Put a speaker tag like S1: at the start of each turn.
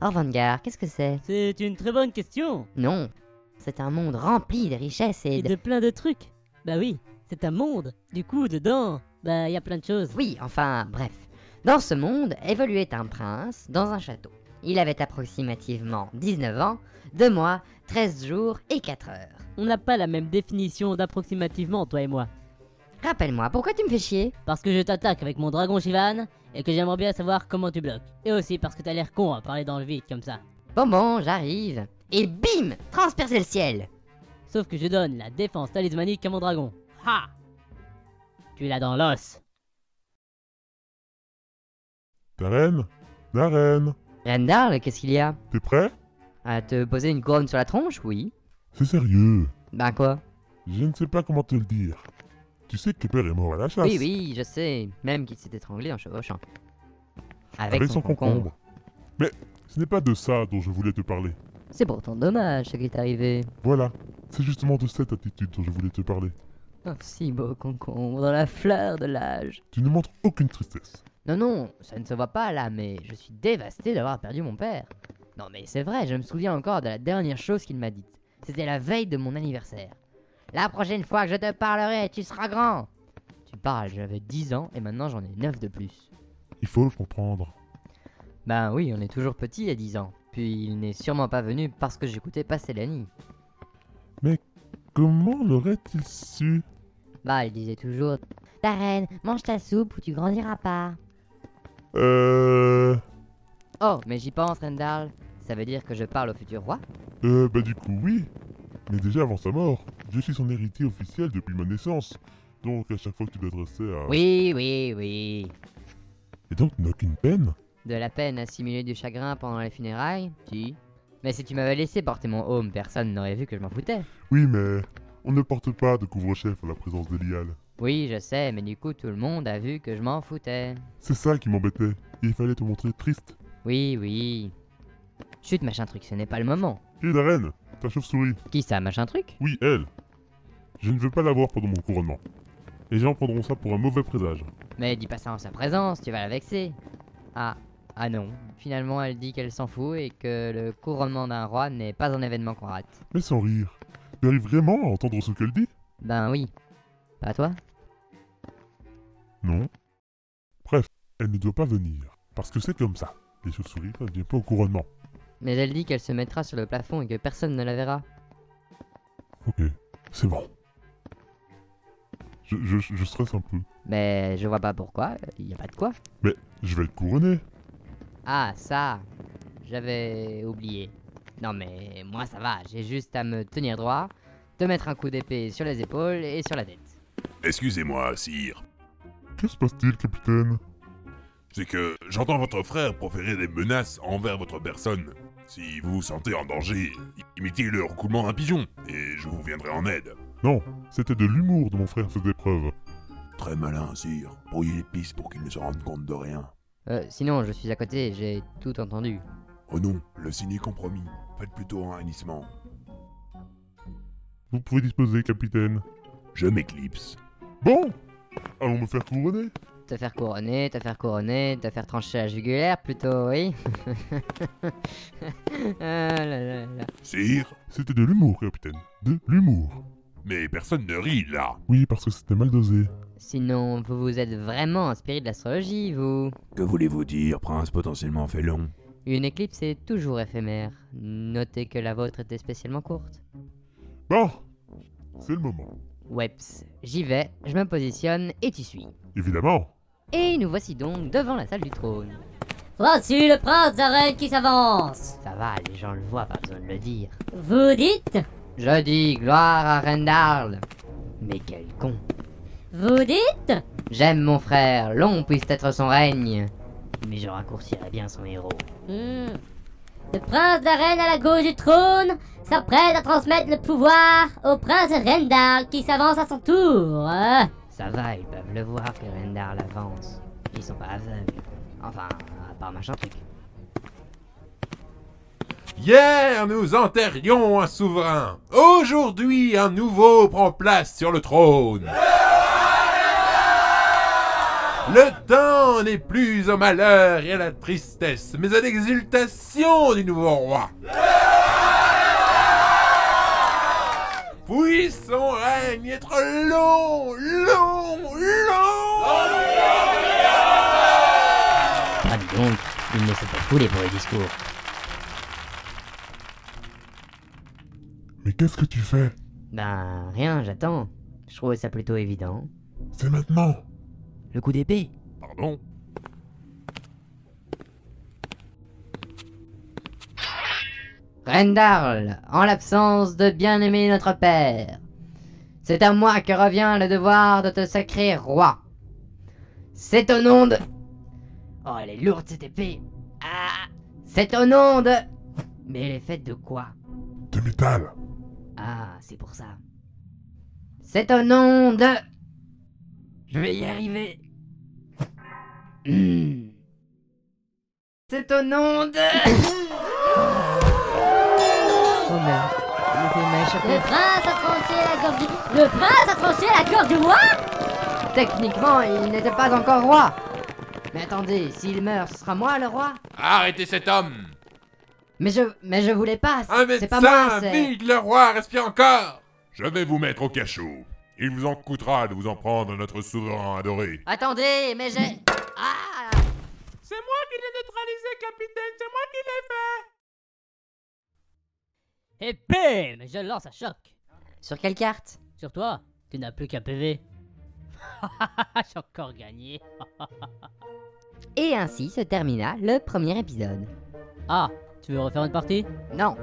S1: Orvangar, qu'est-ce que c'est
S2: C'est une très bonne question.
S1: Non, c'est un monde rempli de richesses et
S2: Et
S1: de...
S2: de plein de trucs. Bah oui, c'est un monde. Du coup, dedans, bah y a plein de choses.
S1: Oui, enfin, bref. Dans ce monde évoluait un prince dans un château. Il avait approximativement 19 ans, 2 mois, 13 jours et 4 heures.
S2: On n'a pas la même définition d'approximativement, toi et moi.
S1: Rappelle-moi, pourquoi tu me fais chier
S2: Parce que je t'attaque avec mon dragon Shivan et que j'aimerais bien savoir comment tu bloques. Et aussi parce que t'as l'air con à parler dans le vide comme ça.
S1: Bon bon, j'arrive. Et bim Transpercer le ciel
S2: Sauf que je donne la défense talismanique à mon dragon. Ha Tu l'as dans l'os.
S3: Ta reine La reine
S1: Rendal, qu'est-ce qu'il y a
S3: T'es prêt
S1: À te poser une couronne sur la tronche, oui
S3: C'est sérieux.
S1: Ben quoi
S3: Je ne sais pas comment te le dire. Tu sais que Père est mort à la chasse.
S1: Oui, oui, je sais, même qu'il s'est étranglé en chevauchant. Avec,
S3: Avec son concombre. Mais ce n'est pas de ça dont je voulais te parler.
S1: C'est pourtant dommage ce qui est arrivé.
S3: Voilà. C'est justement de cette attitude dont je voulais te parler.
S1: Un Oh, si beau concombre dans la fleur de l'âge.
S3: Tu ne montres aucune tristesse.
S1: Non, non, ça ne se voit pas là, mais je suis dévasté d'avoir perdu mon père. Non, mais c'est vrai, je me souviens encore de la dernière chose qu'il m'a dite. C'était la veille de mon anniversaire. La prochaine fois que je te parlerai, tu seras grand. Tu parles, j'avais 10 ans et maintenant j'en ai 9 de plus.
S3: Il faut le comprendre.
S1: Ben oui, on est toujours petit à 10 ans. Puis il n'est sûrement pas venu parce que j'écoutais pas Célanie.
S3: Comment l'aurait-il su
S1: Bah, il disait toujours Ta reine, mange ta soupe ou tu grandiras pas.
S3: Euh...
S1: Oh, mais j'y pense, Rendal. Ça veut dire que je parle au futur roi
S3: Euh, bah du coup, oui. Mais déjà avant sa mort, je suis son héritier officiel depuis ma naissance. Donc à chaque fois que tu t'adressais à...
S1: Oui, oui, oui.
S3: Et donc tu n'as aucune peine
S1: De la peine à simuler du chagrin pendant les funérailles Si. Mais si tu m'avais laissé porter mon home, personne n'aurait vu que je m'en foutais.
S3: Oui, mais on ne porte pas de couvre-chef à la présence d'Elial.
S1: Oui, je sais, mais du coup, tout le monde a vu que je m'en foutais.
S3: C'est ça qui m'embêtait. Et il fallait te montrer triste.
S1: Oui, oui. Chut, machin truc, ce n'est pas le moment.
S3: Et la reine, ta chauve-souris.
S1: Qui ça, machin truc
S3: Oui, elle. Je ne veux pas la voir pendant mon couronnement. Les gens prendront ça pour un mauvais présage.
S1: Mais dis pas ça en sa présence, tu vas la vexer. Ah, ah non. Finalement, elle dit qu'elle s'en fout et que le couronnement d'un roi n'est pas un événement qu'on rate.
S3: Mais sans rire. Tu arrives vraiment à entendre ce qu'elle dit
S1: Ben oui. Pas toi
S3: Non. Bref, elle ne doit pas venir. Parce que c'est comme ça. Les chauves-souris ne viennent pas au couronnement.
S1: Mais elle dit qu'elle se mettra sur le plafond et que personne ne la verra.
S3: Ok, c'est bon. Je, je, je stresse un peu.
S1: Mais je vois pas pourquoi, il y a pas de quoi.
S3: Mais je vais être couronné.
S1: Ah, ça J'avais oublié. Non mais moi ça va, j'ai juste à me tenir droit, te mettre un coup d'épée sur les épaules et sur la tête.
S4: Excusez-moi, sire.
S3: Que se passe-t-il, capitaine
S4: C'est que j'entends votre frère proférer des menaces envers votre personne. Si vous vous sentez en danger, imitez le recoulement d'un pigeon, et je vous viendrai en aide.
S3: Non, c'était de l'humour dont mon frère faisait preuve.
S4: Très malin, sire. Brouillez les pistes pour qu'ils ne se rendent compte de rien.
S1: Euh, sinon, je suis à côté, j'ai tout entendu.
S4: Oh non, le signe est compromis. Faites plutôt un hannissement.
S3: Vous pouvez disposer, capitaine.
S4: Je m'éclipse.
S3: Bon Allons me faire couronner
S1: Te faire couronner, te faire couronner, te faire trancher la jugulaire plutôt, oui. Ah là là là.
S4: Sire
S3: C'était de l'humour, capitaine. De l'humour.
S4: Mais personne ne rit, là
S3: Oui, parce que c'était mal dosé.
S1: Sinon, vous vous êtes vraiment inspiré de l'astrologie, vous.
S4: Que voulez-vous dire, prince potentiellement félon
S1: Une éclipse est toujours éphémère. Notez que la vôtre était spécialement courte.
S3: Bon C'est le moment.
S1: Weps, j'y vais, je me positionne et tu suis.
S3: Évidemment
S1: Et nous voici donc devant la salle du trône.
S5: Voici le prince d'Arène qui s'avance.
S1: Ça va, les gens le voient, pas besoin de le dire.
S5: Vous dites
S1: Je dis gloire à Rendarl. Mais quel con.
S5: Vous dites
S1: J'aime mon frère, long puisse être son règne. Mais je raccourcirais bien son héros.
S5: Hmm. Le prince d'Arène à la gauche du trône s'apprête à transmettre le pouvoir au prince Rendar qui s'avance à son tour. Euh,
S1: Ça va, ils peuvent le voir que Rendarl avance. Ils sont pas aveugles. Enfin, à part machin truc.
S4: Hier, nous enterrions un souverain. Aujourd'hui, un nouveau prend place sur le trône. Le temps n'est plus au malheur et à la tristesse, mais à l'exultation du nouveau roi. Puis son règne être long, long, long.
S2: Ah dis donc, il ne s'est pas foulé pour les discours.
S6: Mais qu'est-ce que tu fais
S1: Ben, rien, j'attends. Je trouvais ça plutôt évident.
S6: C'est maintenant
S1: Le coup d'épée
S3: Pardon
S1: Rendarl, en l'absence de bien-aimé notre père, c'est à moi que revient le devoir de te sacrer roi. C'est au nom de... Oh, elle est lourde cette épée. Ah C'est au nom de... Mais elle est faite de quoi
S6: De métal
S1: Ah, c'est pour ça. C'est au nom de... Je vais y arriver. Hmm. C'est au nom de... Oh merde, l'épée m'a échappé.
S7: Le prince a tranché la gorge du... Le prince a tranché la gorge du roi
S1: Techniquement, il n'était pas encore roi. Mais attendez, s'il meurt, ce sera moi le roi
S4: Arrêtez cet homme.
S1: Mais je, mais je voulais pas.
S4: Un
S1: c'est- C'est pas moi,
S4: médecin,
S1: c'est.
S4: vite, le roi respire encore.
S3: Je vais vous mettre au cachot. Il vous en coûtera de vous en prendre à notre souverain adoré.
S1: Attendez, mais j'ai. Ah
S4: C'est moi qui l'ai neutralisé, capitaine, c'est moi qui l'ai fait.
S2: Et bim Eh, Je lance un choc.
S1: Sur quelle carte
S2: Sur toi, tu n'as plus qu'un PV. J'ai encore gagné.
S1: Et ainsi se termina le premier épisode.
S2: Ah, tu veux refaire une partie
S1: Non,